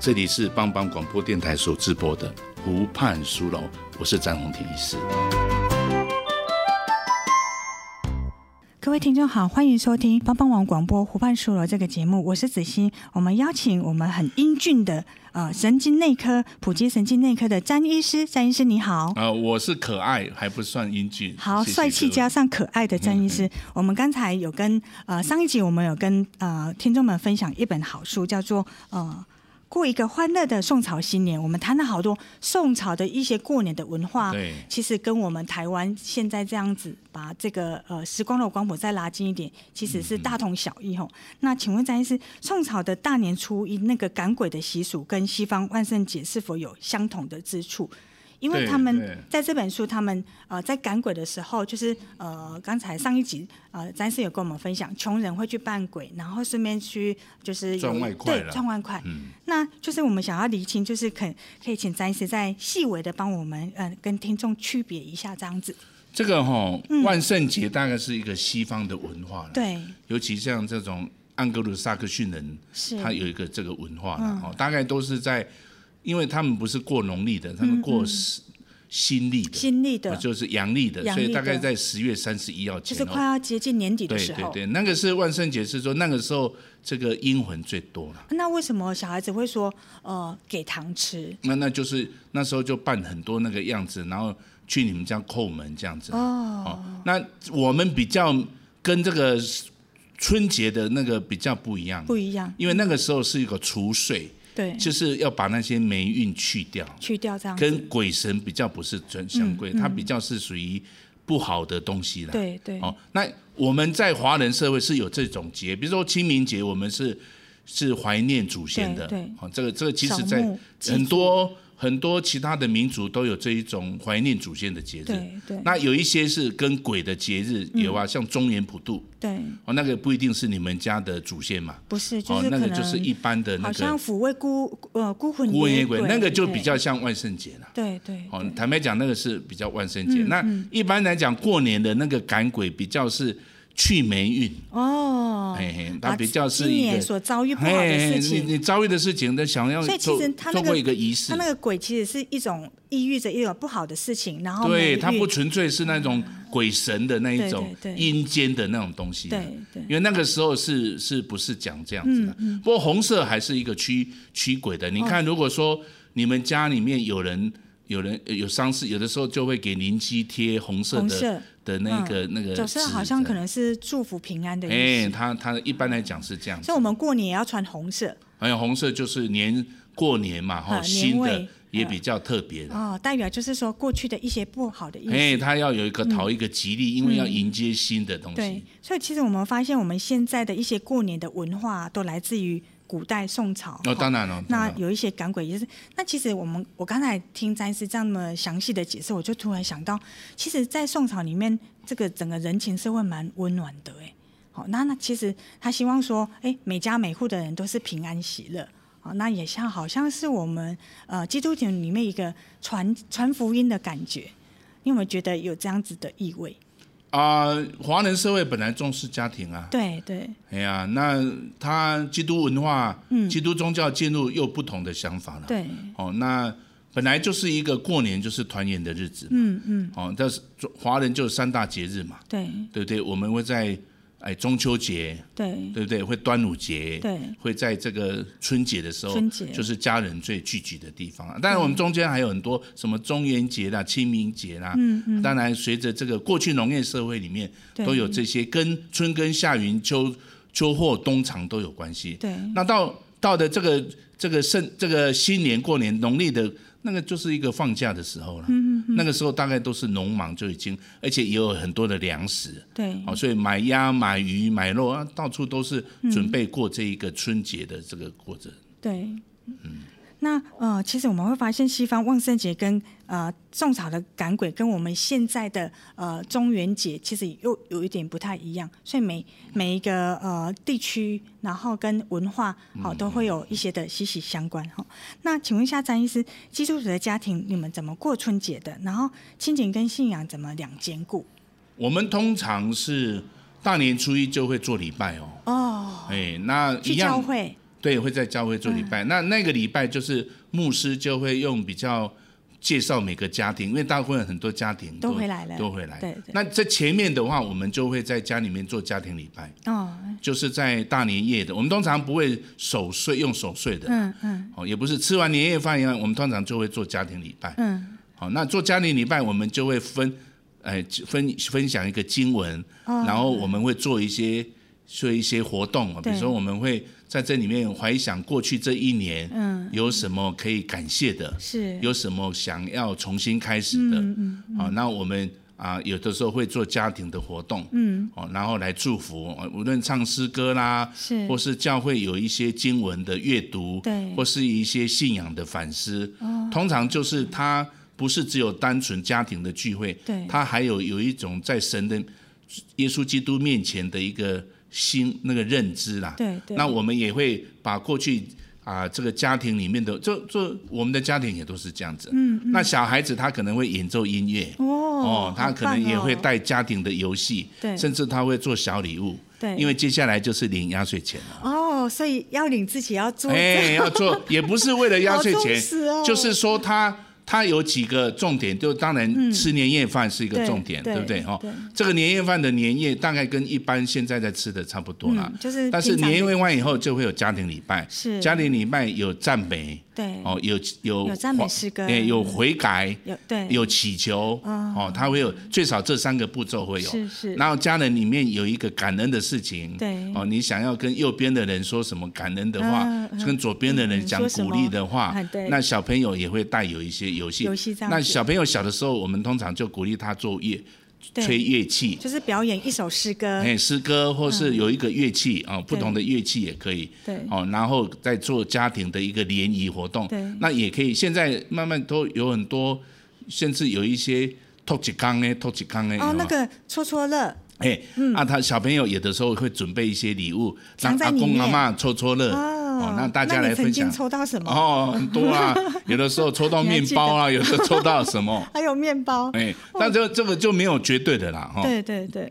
这里是帮帮广播电台所直播的《湖畔书楼》，我是张宏庭医师。各位听众好，欢迎收听帮帮网广播《湖畔书楼》这个节目，我是子欣。我们邀请我们很英俊的呃神经内科普及神经内科的詹医师，詹医师你好。啊、我是可爱，还不算英俊，好，谢谢帅气各位嗯加上可爱的詹医师，我们刚才有跟呃上一集我们有跟呃听众们分享一本好书，叫做呃过一个欢乐的宋朝新年。我们谈了好多宋朝的一些过年的文化，对其实跟我们台湾现在这样子把这个呃时光的光谱再拉近一点，其实是大同小异吼。那请问詹医师，宋朝的大年初一那个赶鬼的习俗，跟西方万圣节是否有相同的之处？因为对他对们在这本书，他们呃在赶鬼的时候，就是呃刚才上一集呃詹师有跟我们分享，穷人会去扮鬼，然后顺便去就是有赚外快对啦赚外快。那就是我们想要厘清，就是肯可以请詹师再细微的帮我们嗯、呃跟听众区别一下这样子。这个哈、万圣节大概是一个西方的文化了，嗯对，尤其像这种安格鲁萨克逊人，是他有一个这个文化嗯啦，哦、大概都是在，因为他们不是过农历的，他们过是新历的，嗯新历啊的，就是阳历的，阳所历的以大概在十月三十一号就前是后快要接近年底的对时对候。对，那个是万圣节，是说那个时候这个阴魂最多了。那为什么小孩子会说呃给糖吃？那那就是那时候就办很多那个样子，然后去你们家叩门这样子。哦，那我们比较跟这个春节的那个比较不一样，不一样，因为那个时候是一个除税，对，就是要把那些霉运去掉，去掉这样子。跟鬼神比较不是相相关，它比较是属于不好的东西啦。嗯对对，哦，那我们在华人社会是有这种节，比如说清明节，我们是是怀念祖先的。对对哦，这个这个其实扫在墓祭很祖多很多其他的民族都有这一种怀念祖先的节日。对嗯对那有一些是跟鬼的节日有啊，像中原普渡对，哦，那个不一定是你们家的祖先嘛，不是，就哦是，那可个能就是一般的那好像个抚慰孤呃孤魂孤魂野鬼鬼，，那个就比对较像万圣节了。对对嗯哦对，坦白讲，那个是比较万圣节。那一般来讲，过年的那个赶鬼比较是去霉运，哦，嘿嘿，把它比较是今一年个所遭遇不好的嘿事你情。你遭遇的事情，那想要所以其实透他那透个过一个仪式他，那个鬼其实是一种抑郁着一种不好的事情，然后对，霉它运不纯粹是那种鬼神的那一种对对对阴间的那种东西的。对对嗯因为那个时候是是不是讲这样子的？不过红色还是一个驱驱鬼的。你哦看，如果说你们家里面有人有人呃有丧事，有的时候就会给邻居贴红色红的色的那个那个走纸色好像这可样能是祝福平安的意哎，思，他他一般来讲是这样子所以我。们过年也要穿红色还有红色就是年过年嘛，哈，啊新年味的也比较特别的。哦，代表就是说过去的一些不好的意思。哎，他要有一个讨一个吉利，因为要迎接新的东嗯对西。，所以其实我们发现，我们现在的一些过年的文化、都来自于古代宋朝。哦，哈当然了，当那然了有一些赶鬼也是，那其实我们我刚才听詹师这么详细的解释，我就突然想到，其实，在宋朝里面，这个整个人情社会蛮温暖的哎。好，那那其实他希望说，哎，每家每户的人都是平安喜乐。好，那也像好像是我们呃基督徒里面一个传传福音的感觉，你有没有觉得有这样子的意味？啊，华人社会本来重视家庭啊，对对哎呀，那他基督文化、嗯基督宗教进入又不同的想法了。对，哦，那本来就是一个过年就是团圆的日子，嗯嗯哦，但是中华人就有三大节日嘛，对对不对？我们会在哎中秋节，对对不对？会端午节，对会在这个春节的时候，春节就是家人最聚集的地方啊。当然，我们中间还有很多什么中元节啦、清明节啦，嗯嗯。当然，随着这个过去农业社会里面对都有这些跟春耕、夏耘、秋秋货、冬藏都有关系。对那到到的这个这个圣这个新年过年农历的那个就是一个放假的时候了，嗯那个时候大概都是农忙就已经，而且也有很多的粮食，对，哦，所以买鸭、买鱼、买肉啊，到处都是嗯准备过这一个春节的这个过程。对，嗯那呃，其实我们会发现，西方万圣节跟呃宋朝的赶鬼，跟我们现在的呃中元节其实又有一点不太一样，所以每嗯每一个呃地区，然后跟文化嗯好、都会有一些的息息相关哈、那请问一下詹医师，基督徒的家庭你们怎么过春节的？然后亲情跟信仰怎么两兼顾？我们通常是大年初一就会做礼拜哦，哦，哎，那去一教样会，嗯对，会在教会做礼拜。那那个礼拜就是牧师就会用比较介绍每个家庭，因为大部分很多家庭都回来了都回来。对对那在前面的话，我们就会在家里面做家庭礼拜，哦，就是在大年夜的。我们通常不会守岁，用守岁的。嗯嗯哦，也不是吃完年夜饭以后，我们通常就会做家庭礼拜。嗯，好，那做家庭礼拜，我们就会分，呃，分分享一个经文，然后我们会做一些做一些活动，哦比对如说我们会在这里面怀想过去这一年，嗯，有什么可以感谢的，是，有什么想要重新开始的，嗯嗯，好，那我们。啊，有的时候会做家庭的活动，嗯，哦，然后来祝福，哦无论唱诗歌啦，是或是教会有一些经文的阅读，对哦或是一些信仰的反思，通常就是它不是只有单纯家庭的聚会，对它还有有一种在神的耶稣基督面前的一个心那个认知啦，对对那我们也会把过去。啊，这个家庭里面的，这这我们的家庭也都是这样子。嗯，那小孩子他可能会演奏音乐，哦他好可能棒也会哦带家庭的游戏，对甚至他会做小礼物，对因为接下来就是领压岁钱了。哦，所以要领自己要做嗯哎，要 做也不是为了压岁好重钱视，哦就是说他他有几个重点，就当然吃年夜饭是一个对重点，嗯对不对？哦对，这个年夜饭的年夜大概跟一般现在在吃的差不多啦嗯，就是但是平常年夜饭以后就会有家庭礼拜，是家庭礼拜有赞美，对哦，有有有赞美诗歌哎，有悔改，有对有祈求，哦，他会有最少这三个步骤会有，啊是是然后家人里面有一个感恩的事情，对哦，你想要跟右边的人说什么感恩的话嗯，嗯跟左边的人嗯讲说什鼓么励的话啊对，那小朋友也会带有一些游戏，游戏这样子那小朋友小的时候，我们通常就鼓励他做乐，对吹乐器，就是嗯表演一首诗歌，哎，诗歌或是有一个乐器啊、哦，不同的乐器也可以。对哦，然后再做家庭的一个联谊活动。对那也可以。现在慢慢都有很多，甚至有一些托起康呢，托起康呢。哦，那有没有个嗯戳戳乐，哎，啊，他小朋友有的时候会准备一些礼物，让藏在阿里公阿面妈抽抽乐。哦那大家那来你分曾享经。抽到什么？哦，很多啊，有的时候抽到你还面记得？包啊，有的时候抽到什么 还有面包，哎，哦但这这个就没有绝对的啦，哈。对对对，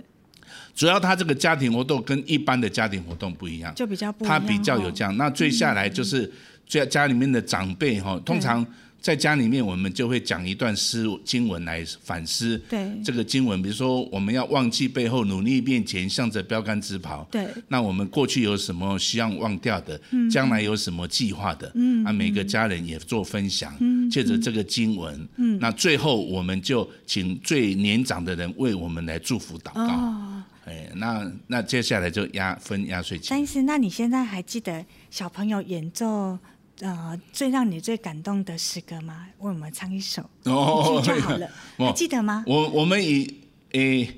主要他这个家庭活动跟一般的家庭活动不一样，就比较不一他样哦嗯比较有这样。那最下来就是家家里面的长辈哈，通常在家里面我们就会讲一段诗经文来反思。对这个经文，比如说我们要忘记背后，努力面前，向着标杆直跑。对嗯那我们过去有什么希望忘掉的，将来有什么计划的，嗯，啊，每个家人也做分享，嗯，借着这个经文，嗯，那最后我们就请最年长的人为我们来祝福祷告。哦，哎哎，那那接下来就压分压岁钱。詹医师，那你现在还记得小朋友演奏呃最让你最感动的诗歌吗？为我们唱一首，哦一句就好了，哦还记得吗？我我们以诶，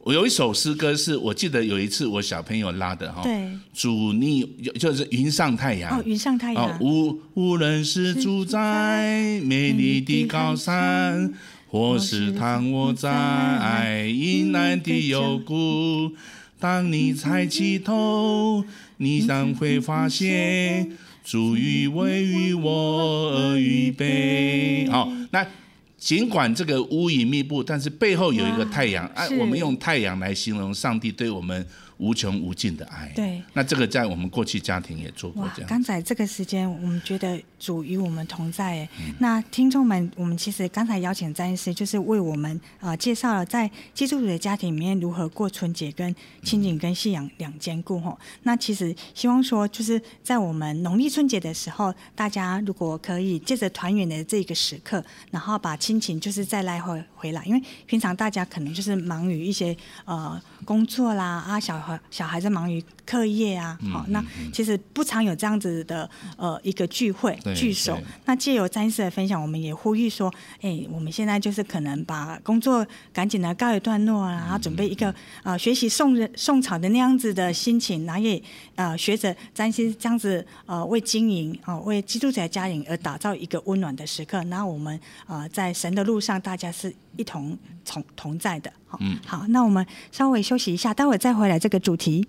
我有一首诗歌是我记得有一次我小朋友拉的哈，对，主你就是云上太阳。哦，云上太哦哦阳，，无无论是住在美丽的高山，或是躺卧在阴暗的幽谷，当你抬起头，你将会发现主与为与我而预备。好，那。尽管这个乌云密布，但是背后有一个太阳。哎、是我们用太阳来形容上帝对我们无穷无尽的爱。对那这个在我们过去家庭也做过哇这，样。刚才这个时间，我们觉得主与我们同在耶。嗯那听众们，我们其实刚才邀请詹医师，就是为我们呃介绍了在基督徒的家庭里面如何过春节，跟亲情跟信仰两兼顾吼。那其实希望说，就是在我们农历春节的时候，大家如果可以借着团圆的这个时刻，然后把亲。心情就是再来回回来，因为平常大家可能就是忙于一些呃工作啦啊，小孩小孩在忙于课业啊，好、嗯那其实不常有这样子的呃一个聚会对聚首对。那借由詹医师的分享，我们也呼吁说，哎、我们现在就是可能把工作赶紧的告一段落啊，嗯然后准备一个呃学习宋人宋朝的那样子的心情，然后也呃学着詹医师这样子呃为经营哦、为基督徒的家庭而打造一个温暖的时刻。然后我们呃在神的路上，大家是一同同同在的。好、嗯好，那我们稍微休息一下，待会儿再回来这个主题。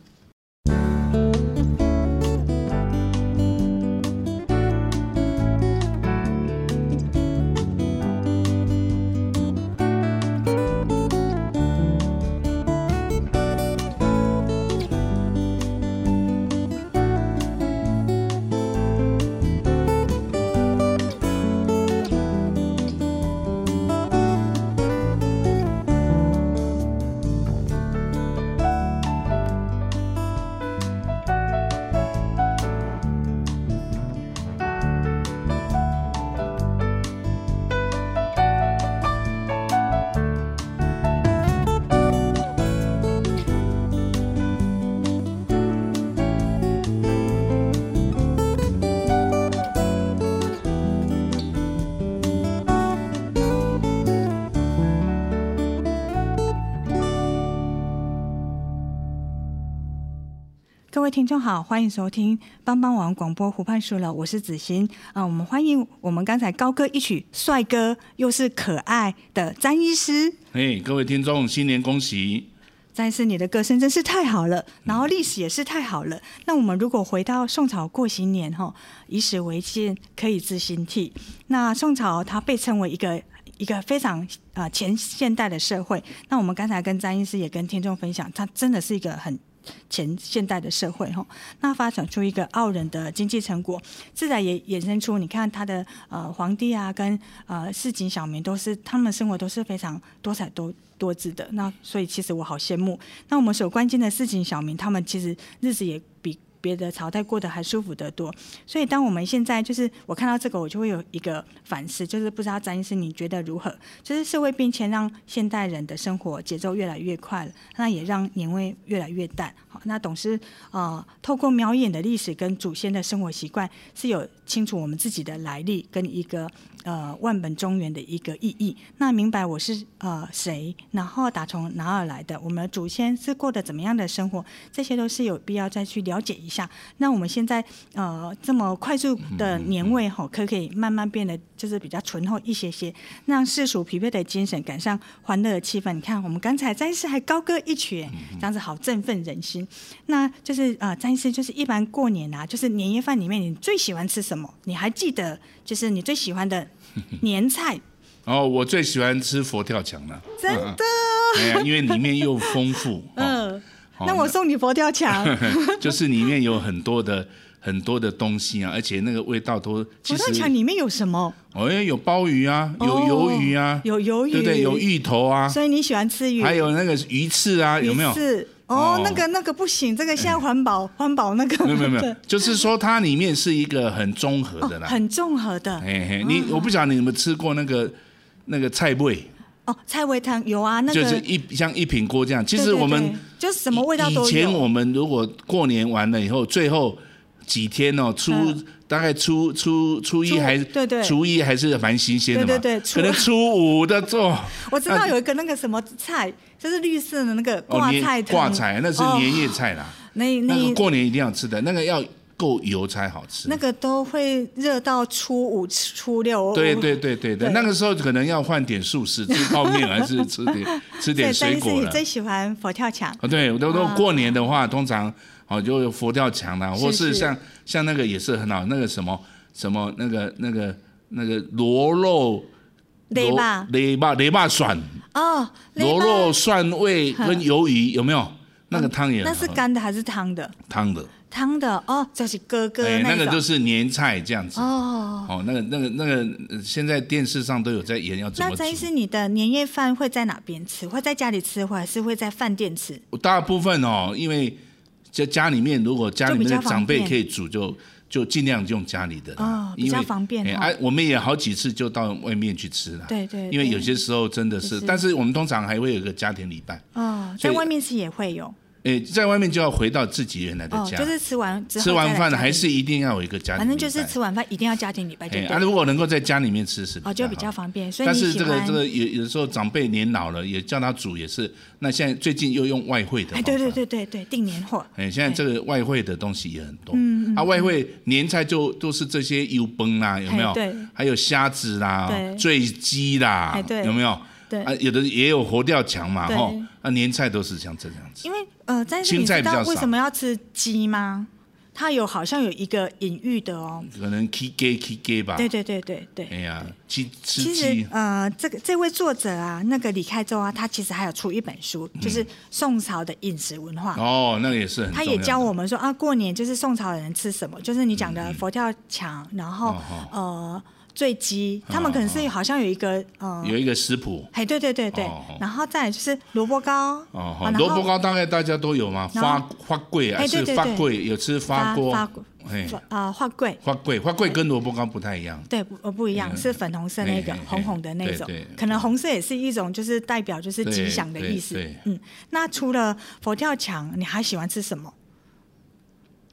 各位听众好，欢迎收听帮帮网广播湖畔书楼，我是子欣啊、我们欢迎我们刚才高歌一曲，帅哥又是可爱的詹医师，嘿，各位听众，新年恭喜！詹医师你的歌声真是太好了，然后历史也是太好了。那我们如果回到宋朝过新年哈，以史为鉴，可以知兴替。那宋朝它被称为一个。一个非常啊、呃前现代的社会，那我们刚才跟詹医师也跟听众分享，它真的是一个很前现代的社会哈，那发展出一个傲人的经济成果，自然也衍生出你看他的呃皇帝啊，跟呃市井小民都是他们生活都是非常多彩多多姿的。那所以其实我好羡慕。那我们所关心的市井小民，他们其实日子也比别的朝代过得还舒服得多。所以当我们现在就是我看到这个，我就会有一个反思，就是不知道詹医师你觉得如何？就是社会变迁让现代人的生活节奏越来越快了，那也让年味越来越淡。好，那董事呃，透过瞄眼的历史跟祖先的生活习惯，是有清楚我们自己的来历跟一个呃万本中原的一个意义。那明白我是呃谁，然后打从哪儿来的，我们的祖先是过得怎么样的生活，这些都是有必要再去了解一下。那我们现在呃这么快速的年味吼，可不可以慢慢变得就是比较醇厚一些些，让世俗疲惫的精神赶上欢乐的气氛。你看，我们刚才詹士还高歌一曲耶，这样子好振奋人心。那就是呃，詹医师，就是一般过年啊，就是年夜饭里面你最喜欢吃什么？你还记得就是你最喜 欢的年菜？然后哦我最喜欢吃佛跳墙 了，真的？哎呀，因为里面又丰 富。哦嗯，好那我送你佛跳墙。 就是里面有很多的很多的东西啊，而且那个味道都其佛跳实墙里面有什么？哦，哎有鲍鱼啊，有哦鱿鱼啊， 有鱿鱼对不对？有芋头啊，所以你喜欢吃鱼？还有那个鱼翅啊，有没有？是哦哦，嗯那个那个不行，这个现在环保环保那个没有 没有没对有，就是说它里面是一个很综合的哦，啦。哎很啊综合的嘿嘿，你我不晓得你有没有吃过那个那个菜味，哦，菜味汤有啊，那个就是一像一品锅这样。其对实对我们对就是什么味道都以前有，我们如果过年完了以后，最后几天哦，初嗯大概初初初初一还对对初一还是蛮新鲜的嘛，对对对初可能初五的哦做我知道有一个那个什么菜，就是绿色的那个啊哦挂年菜挂汤，菜那是哦年夜菜啦，那那个那过年一定要吃的，那个要够油才好吃那。个都会热到初五初六，对对对对对对，那个时候可能要换点素食，吃泡面还是吃点吃所 点以水但是果你了。最喜欢佛跳墙，啊，对，都都过年的话，通常哦就有佛跳墙啦，或是是像像那个也是很好，那个什么什么那个那个那个螺肉雷吧？雷霸雷霸蒜，哦，雷螺吧肉蒜味跟鱿鱼有没有？那个汤也那很是好干的还是汤的？汤的，汤的哦，就是哥哥哎，那一个就种是年菜这样子。哦。哦，那个那个那个，呃现在电视上都有在演要怎那么张医师，煮。你的年夜饭会在哪边吃？会在家里吃，或者是会在饭店吃？大部分哦，因为在家里面，如果家里面就的比较方长辈便可以煮就，就就尽量用家里的啦哦，比因为较方便哎哦哎，我们也好几次就到外面去吃了，对对因为对有些时候真的是，是但是我们通常还会有一个家庭礼拜，哦，所在以外面吃也会有诶，在外面就要回到自己原来的哦，家，就是吃完之后吃完再来饭家还庭是一定要有一个家庭反礼拜，正就是吃完饭一定要家庭礼拜就哎对啊，了，如果能够在家里面吃是哦，就比较好。方便。所以但你是喜这个欢这个有有时候长辈年老了，也叫他煮也是。那现在最近又用外汇的方哎，法，对对对对对，订年货哎，现在这个外汇的东西也很多，嗯，啊，外汇年菜就都是这些油崩啦，有没有？哎对还有虾子啦对，醉鸡啦哎，对有没有？对啊，有的也有活吊墙嘛，对吼，啊，年菜都是像这样子，因为呃，但是青你菜知比较道为少什么要吃鸡吗？它有好像有一个隐喻的哦。可能 K G K G 吧，对，对对对对。啊哎呀，吃吃其实鸡，呃，这个这位作者啊，那个李开周啊，他其实还有出一本书，就是宋朝的饮食文化。嗯哦，那个也是很重要他的，也教我们说啊，过年就是宋朝人吃什么，就是你讲的佛跳墙，然后哦呃醉鸡，他们可能是好像有一个呃有一个食谱，哎，对对对对，哦然后再来就是萝卜糕，哦，啊好，然后萝卜糕大概大家都有嘛，然发后发粿还哎对是对发对粿，有吃发发锅，发粿哎，啊花桂，发粿，发粿跟萝卜糕不太一样。对不呃不一样，嗯是粉红色那个嘿嘿嘿红红的那种对对，可能红色也是一种就是代表就是吉祥的意思对对。嗯，那除了佛跳墙，你还喜欢吃什么？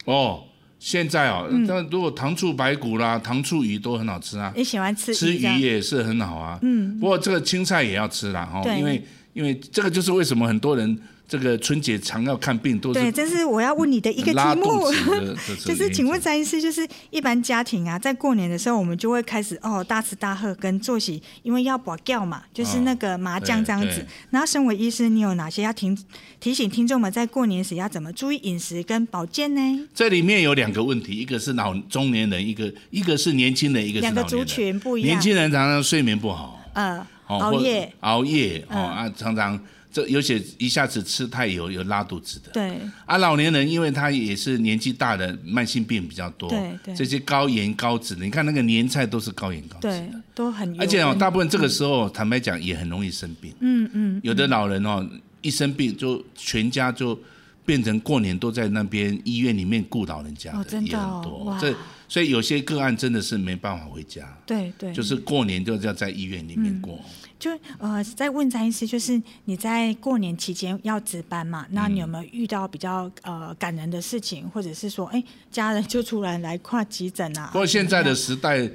哦，现在哦，嗯那、如果糖醋排骨啦、糖醋鱼都很好吃啊，你喜欢吃吃这样鱼也是很好啊。嗯，不过这个青菜也要吃啦，哈，对因为因为这个就是为什么很多人这个春节常要看病都对，是这是我要问你的一个拉题肚目。子的，这就原是，因请问詹医师， 就是一般家庭啊，在过年的时候，我们就会开始哦，大吃大喝跟作息，因为要保掉嘛，就是那个麻将这样对子。对然后，身为医师，你有哪些要提提醒听众们在过年时要怎么注意饮食跟保健呢？这里面有两个问题，一个是老中年人，一个一个是年轻人，一个是老两年个人。族群不一样年轻人常常睡眠不好，呃，哦熬或夜，嗯熬夜哦、啊，常常这尤其一下子吃太油，有拉肚子的。对，啊，老年人因为他也是年纪大的，慢性病比较多，对对这些高盐高脂，你看那个年菜都是高盐高脂对的，，都很而且哦，大部分分这个时候、坦白讲也很容易生病，嗯嗯，有的老人哦一生病就全家就变成过年都在那边医院里面顾老人家哦真的也很哦多，哇这所以有些个案真的是没办法回家，对对，就是过年就要在医院里面过。就呃，在问詹医师，就是你在过年期间要值班嘛？那你有嗯没有遇到比较呃感人的事情，或者是说，哎、家人就突然来挂急诊啊？不过现在的时代，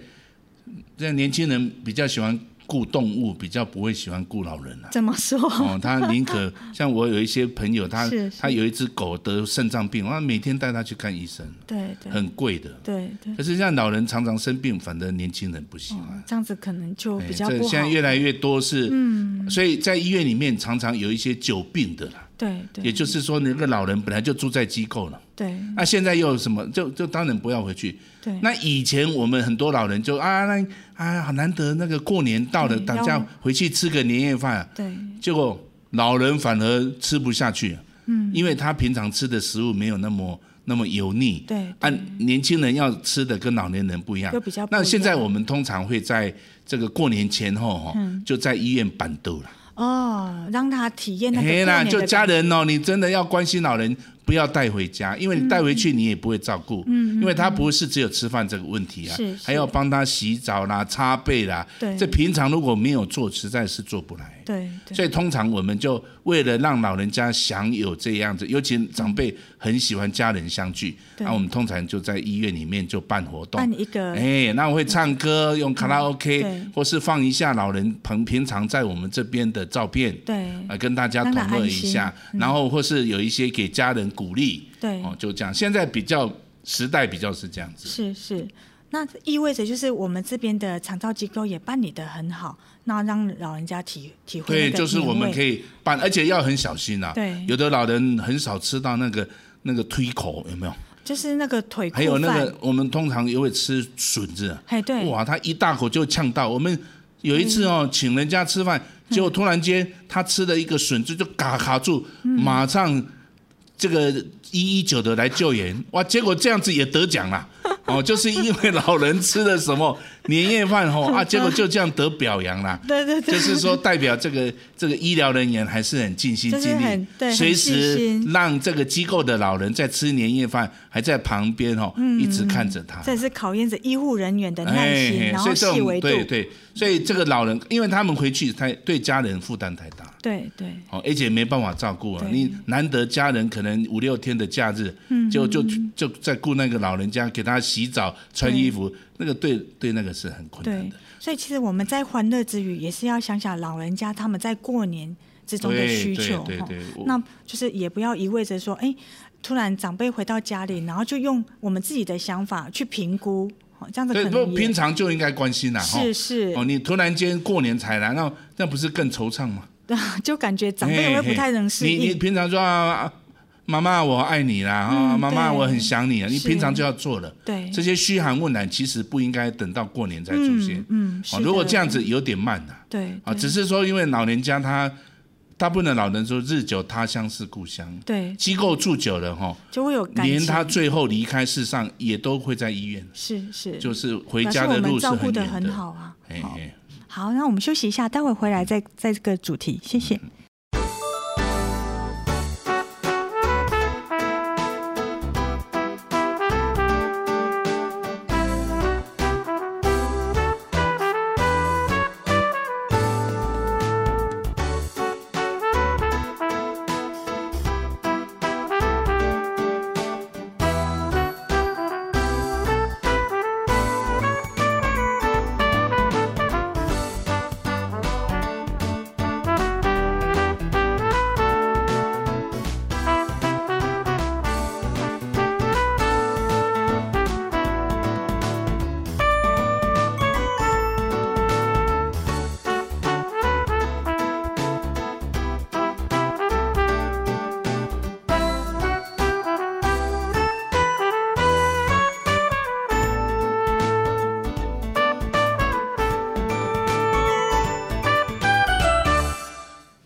现在年轻人比较喜欢顾动物，比较不会喜欢顾老人啊。怎么说？哦，他宁可像我有一些朋友，他是是他有一只狗得肾脏病，我每天带他去看医生，对对很贵的。对对，可是像老人常常生病，反正年轻人不喜欢。这样子可能就哎哦比较这不好嗯现。在越来越多是，所以在医院里面常常有一些久病的啦，对也对就是说，那个老人本来就住在机构了，对那现在又有什么？就就当然不要回去，对，那以前我们很多老人就啊，那啊好难得那个过年到了，对大要家回去吃个年夜饭，啊对结果老人反而吃不下去，嗯，因为他平常吃的食物没有那么那么油腻，对按、年轻人要吃的跟老年人不一样就，比较不一那样现在我们通常会在这个过年前后哈、嗯就在医院板豆了。哦，让他体验那个嘿啦，过年就的家感觉人哦，你真的要关心老人，不要带回家，因为你带回去你也不会照顾，嗯，因为他不是只有吃饭这个问题啊是，是还要帮他洗澡啦、擦背啦，对这平常如果没有做，实在是做不来。对对所以通常我们就为了让老人家享有这样子，尤其长辈很喜欢家人相聚，对那、我们通常就在医院里面就办嗯活动，办一个哎，那我会唱歌，用卡拉 OK，、对或是放一下老人朋平常在我们这边的照片，对啊，跟大家讨论一下，嗯然后或是有一些给家人鼓励，对哦，就这样。现在比较时代比较是这样子，是是，那意味着就是我们这边的长照机构也办理的很好，那让老人家体体会对，那个就是我们可以以办，而且要很小心啊。对有的老人很少吃到那个那个推口，有没有？就是那个腿还有那个我们通常也会吃笋子，哎对哇，他一大口就呛到。我们有一次哦，请人家吃饭，结果突然间他吃了一个笋子就嘎卡住，马上这个一一九的来救援，哇，结果这样子也得奖了。哦，就是因为老人吃了什么年夜饭吼啊，结果就这样得表扬啦。对 对对就是说代表这个这个医疗人员还是很尽心就是尽很对力，很随细时心让这个机构的老人在吃年夜饭，还在旁边吼嗯一直看着他。哎这也是考验着医护人员的耐心，然所后以这细种微度，对对，所以这个老人，因为他们回去，他对家人负担太大。对对哦，而且没办法照顾啊，对嗯你难得家人可能五六天的假日，就就就在顾那个老人家，给他洗澡、穿衣服，那个对对那个是很困难对的。，所以其实我们在欢乐之余，也是要想想老人家他们在过年之中的对需对求哦对哈对我那就是也不要一味着说，哎，突然长辈回到家里，然后就用我们自己的想法去评估，哦这样子所以可说能也平常就应该关心啦，哈是。是、哦，你突然间过年才来，那那不是更惆怅吗？ 就感觉长辈会不太能适嘿嘿你你应，平常说啊，妈妈我爱你啦，啊，嗯妈妈对我很想你啊，你是平常就要做了。对，这些嘘寒问暖其实不应该等到过年才出现嗯。嗯，是哦，如果的这样，子有点慢呐。对啊，对只是说因为老人家他大部分的老人说日久他乡是故乡，对，机构住久了哈，就会有感连情他最后离开世上也都会在医院，是是就是回表示家的我们路是照顾很得远很的。好啊。嘿好嘿好，那我们休息一下，待会回来再再这个主题，谢嗯谢。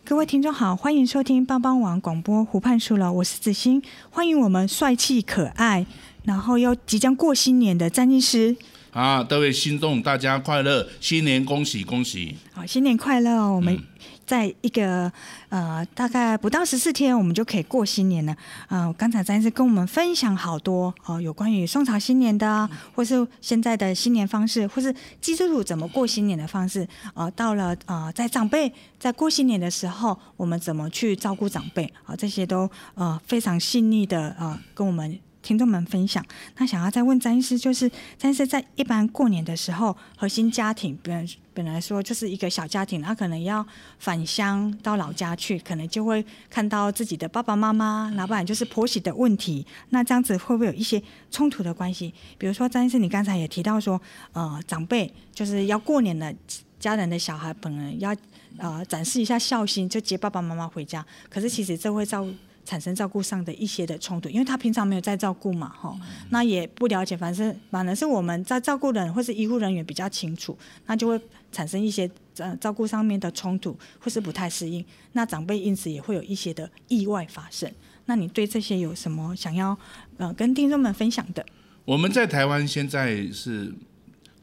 各位听众好，欢迎收听帮帮网广播湖畔书楼，我是子欣，欢迎我们帅气可爱，然后又即将过新年的詹医师，啊，各位心动，大家快乐，新年恭喜恭喜！好，新年快乐哦！我们在一个、呃，大概不到十四天，我们就可以过新年了。呃，刚才詹医师跟我们分享好多哦，有关于宋朝新年的啊，或是现在的新年方式，或是基督徒怎么过新年的方式。呃，到了呃，在长辈在过新年的时候，我们怎么去照顾长辈啊、这些都呃非常细腻的呃跟我们听众们分享。那想要再问詹医师，就是詹医师在一般过年的时候，核心家庭本本来说就是一个小家庭，他可能要返乡到老家去，可能就会看到自己的爸爸妈妈，老板就是婆媳的问题。那这样子会不会有一些冲突的关系？比如说詹医师，你刚才也提到说，呃，长辈就是要过年了。家人的小孩本来要呃展示一下孝心，就接爸爸妈妈回家。可是其实这会造产生照顾上的一些的冲突，因为他平常没有在照顾嘛，哈，嗯那也不了解，反正反而是我们在照顾的人或是医护人员比较清楚，那就会产生一些呃照顾上面的冲突或是不太适应，那长辈因此也会有一些的意外发生。那你对这些有什么想要呃跟听众们分享的？我们在台湾现在是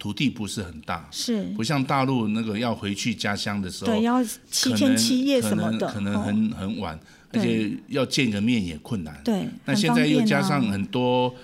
土地不是很大，是不像大陆那个要回去家乡的时候，对，要可七能天七夜什么的，可能可能哦很很晚，而对且要见个面也困难。对，那很现方在又便加啊上很多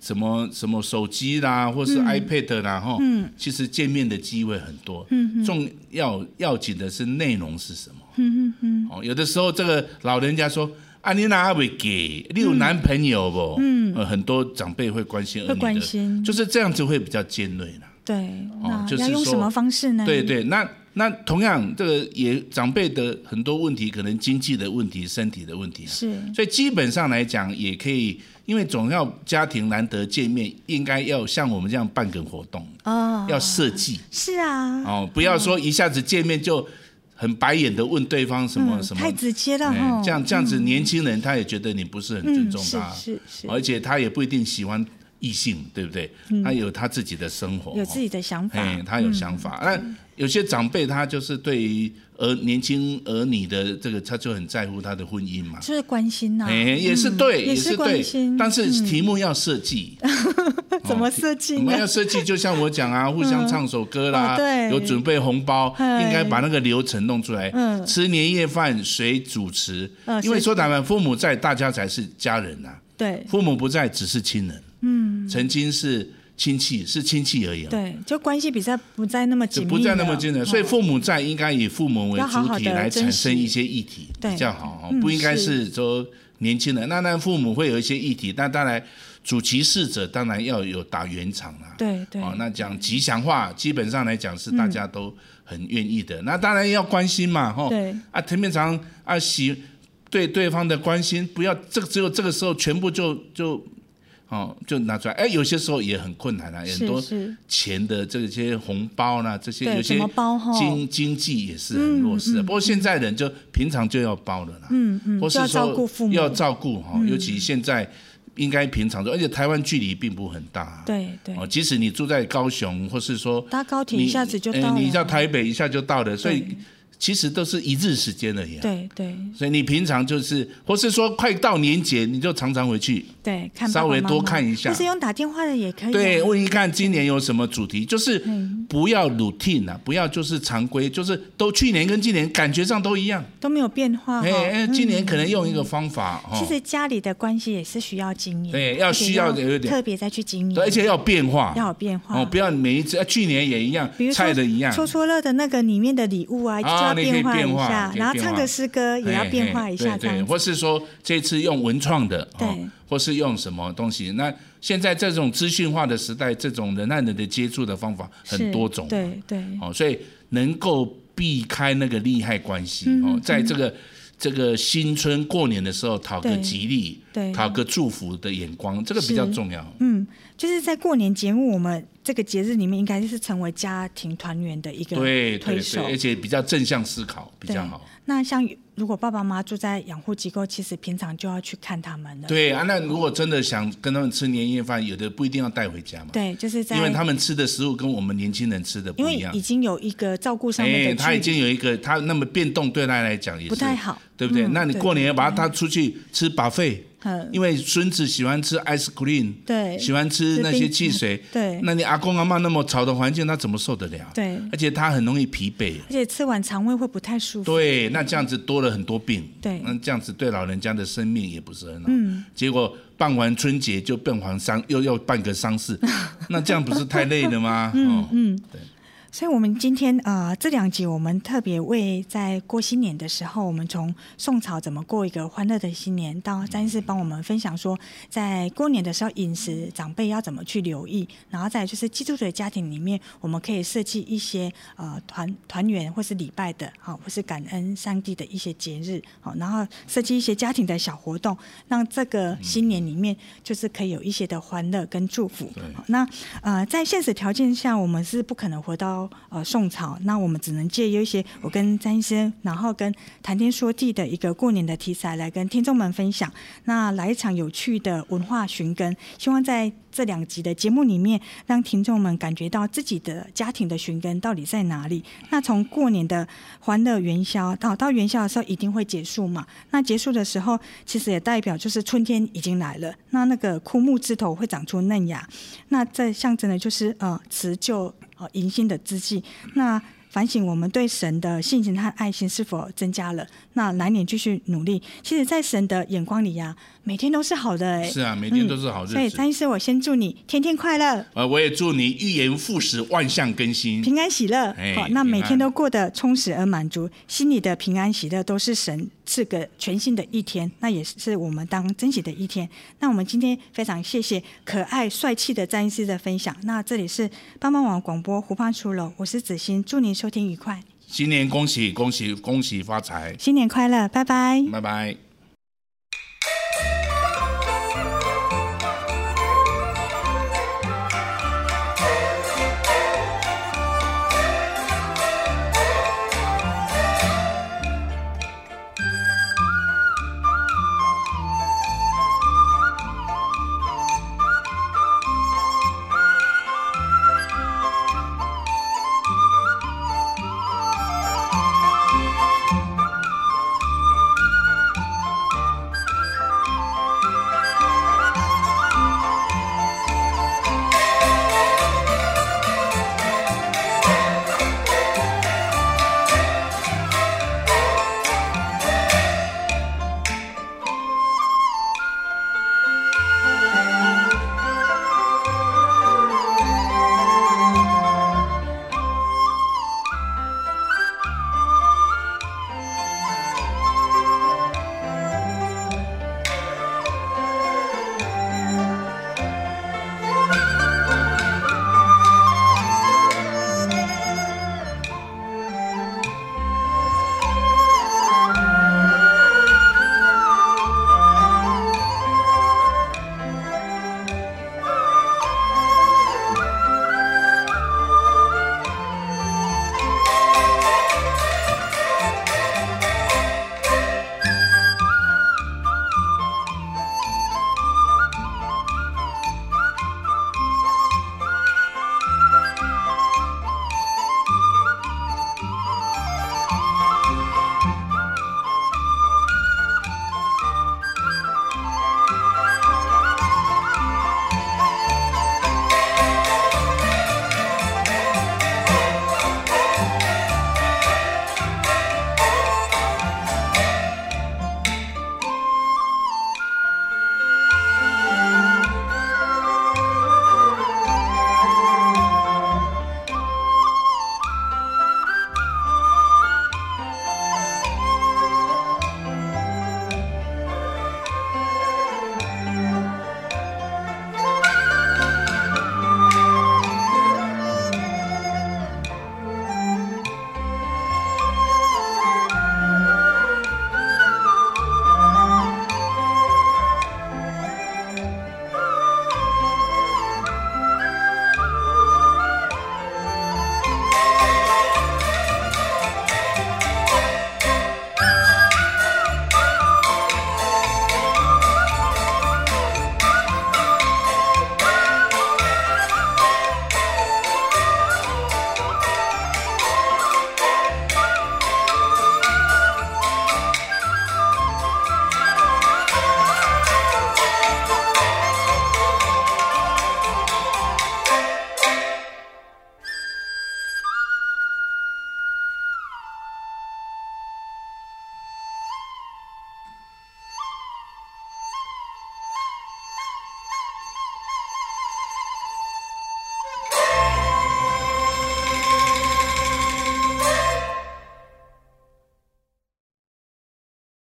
什么什么手机啦，或嗯是 iPad 啦，哈、其实见面的机会很多。嗯重要要紧的是内容是什么。嗯嗯嗯。哦，有的时候这个老人家说。啊，你哪会给？你有男朋友不？嗯，呃、很多长辈会关心儿女的，会关心就是这样子会比较尖锐啦。对，哦那就是要用什说么方式呢？对对，那那同样，这个也长辈的很多问题，可能经济的问题、身体的问题啊，是所以基本上来讲，也可以，因为总要家庭难得见面，应该要像我们这样办个活动，哦，要设计是啊，哦，不要说一下子见面就很白眼的问对方什么嗯什么，太直接了哎哈，这样这样子年轻人他也觉得你不是很尊重他，嗯、是是而是，且他也不一定喜欢异性，对不对？他有他自己的生活，嗯有哦自己的想法，哎，他有想法。嗯那、有些长辈他就是对于儿年轻儿女的这个，他就很在乎他的婚姻嘛。就是关心呐、啊哎，也是对，嗯也是是关对心，但是题目要设计，哦 怎么设计我呢们？要设计，就像我讲 啊，互相唱首歌啦，哦对有准备红包，哎应该把那个流程弄出来。嗯吃年夜饭谁主持？嗯因为谁说坦白，父母在，大家才是家人呐、对父母不在，只是亲人。嗯，曾经是亲戚，是亲戚而已、啊。。对，就关系比较不再那么就紧密了，不再那么精准，所以哦父母在应该以父母为要好主好体地来珍产生惜一些议题，对比较好哦嗯，不应该是是说年轻人。那那父母会有一些议题，但当然主其事者当然要有打圆场啦。对嗯对哦，那讲吉祥话，基本上来讲是大家都很愿意的。那当然要关心嘛，吼。对啊，藤面长啊，喜对对方的关心，不要这个只有这个时候全部就就。哦，就拿出来，哎，有些时候也很困难啊，很多是是钱的这些红包啦，这些对有些怎么包吼经经济也是很弱势的。不过现在人就平常就要包了啦，嗯嗯或是就要说照顾父母嗯要照顾哈，尤其现在应该平常做，而且台湾距离并不很大啊，对对哦，即使你住在高雄，或是说搭高铁你一下子就呃到你了到台北一下就到了，所以对其实都是一日时间而已、啊。对对所以你平常就是，或是说快到年节，你就常常回去，对，看稍爸爸微妈多妈看一下或是用打电话的也可以啊，对，问一看今年有什么主题，就是嗯不要 routine 啊，不要就是常规，就是都去年跟今年感觉上都一样。都没有变化哈哎、哎，嗯今年可能用一个方法哦，其实家里的关系也是需要经营，对要而且需要有一点特别再去经营，对而且要变化，要有变化哦，不要每一次，啊去年也一样比如，说菜的一样，戳戳乐的那个里面的礼物啊，就要啊，你可以变化变一化下，，可以然后变化唱的诗歌也要变化一下，嘿嘿这哎对对，样或子。是说这次用文创的，对哦，或是用什么东西？那现在这种资讯化的时代，这种人和人的接触的方法很多种，是对对哦，所以能够避开那个利害关系嗯哦，在这个这个新春过年的时候讨个对吉利，对讨个祝福的眼光，这个比是较重要。嗯，就是在过年节目，我们这个节日里面，应该是成为家庭团圆的一个对对推对手，。而且比较正向思考比对较好。那像如果爸爸妈妈住在养护机构，其实平常就要去看他们了。对啊，那如果真的想跟他们吃年夜饭，有的不一定要带回家嘛。对，就是在因为他们吃的食物跟我们年轻人吃的因不一为样哎已。经有一个照顾上面的距离，他已经有一个他那么变动，对他来讲也是不太好对不对？嗯那你过年要把他出去吃 buffet，嗯因为孙子喜欢吃 ice cream，对喜欢吃那些汽水吃，冰淇淋对那你阿公阿妈那么吵的环境，他怎么受得了？对而且他很容易疲惫。而且吃完肠胃会不太舒服。对，那这样子多了很多病，对那这样子对老人家的生命也不是很好。嗯，结果办完春节就办完丧，又要办个丧 事，那这样不是太累了吗？嗯嗯，所以，我们今天呃这两集，我们特别为在过新年的时候，我们从宋朝怎么过一个欢乐的新年，到詹医师帮我们分享说，在过年的时候饮食长辈要怎么去留意，然后再来就是基督徒的家庭里面，我们可以设计一些呃团团圆或是礼拜的，好、或是感恩上帝的一些节日，好、然后设计一些家庭的小活动，让这个新年里面就是可以有一些的欢乐跟祝福。好那呃，在现实条件下，我们是不可能活到呃宋朝，那我们只能借由一些我跟詹医生，然后跟谈天说地的一个过年的题材来跟听众们分享。那来一场有趣的文化寻根，希望在这两集的节目里面，让听众们感觉到自己的家庭的寻根到底在哪里。那从过年的欢乐元宵到到元宵的时候，一定会结束嘛？那结束的时候，其实也代表就是春天已经来了。那那个枯木枝头会长出嫩芽，那这象征的就是呃辞旧呃迎新的之际。那反省我们对神的信心和爱心是否增加了？那来年继续努力。其实，在神的眼光里呀、每天都是好的、欸。是啊，每天都是好日所以，子。张医师，我先祝你天天快乐，呃，我也祝你预言复始，万象更新。平安喜乐。哎好，那平每天安都过得充实而满足，心里的平安喜乐都是神赐给全新的一天，那也是我们当珍惜的一天。那我们今天非常谢谢可爱帅气的詹医师的分享。那这里是帮帮网广播湖畔书楼，我是子欣，祝您收听愉快，新年恭喜恭喜恭喜发财，新年快乐，拜拜。拜拜。